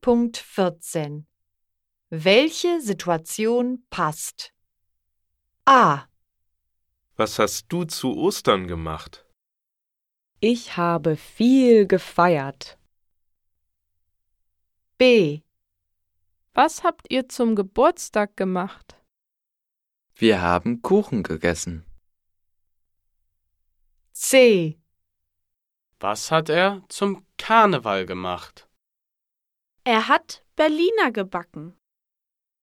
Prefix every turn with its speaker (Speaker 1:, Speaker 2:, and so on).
Speaker 1: 3.14 Welche Situation passt? A.
Speaker 2: Was hast du zu Ostern gemacht?
Speaker 3: Ich habe viel gefeiert.
Speaker 1: B.
Speaker 4: Was habt ihr zum Geburtstag gemacht?
Speaker 5: Wir haben Kuchen gegessen.
Speaker 1: C.
Speaker 6: Was hat er zum Karneval gemacht?
Speaker 7: Er hat Berliner gebacken.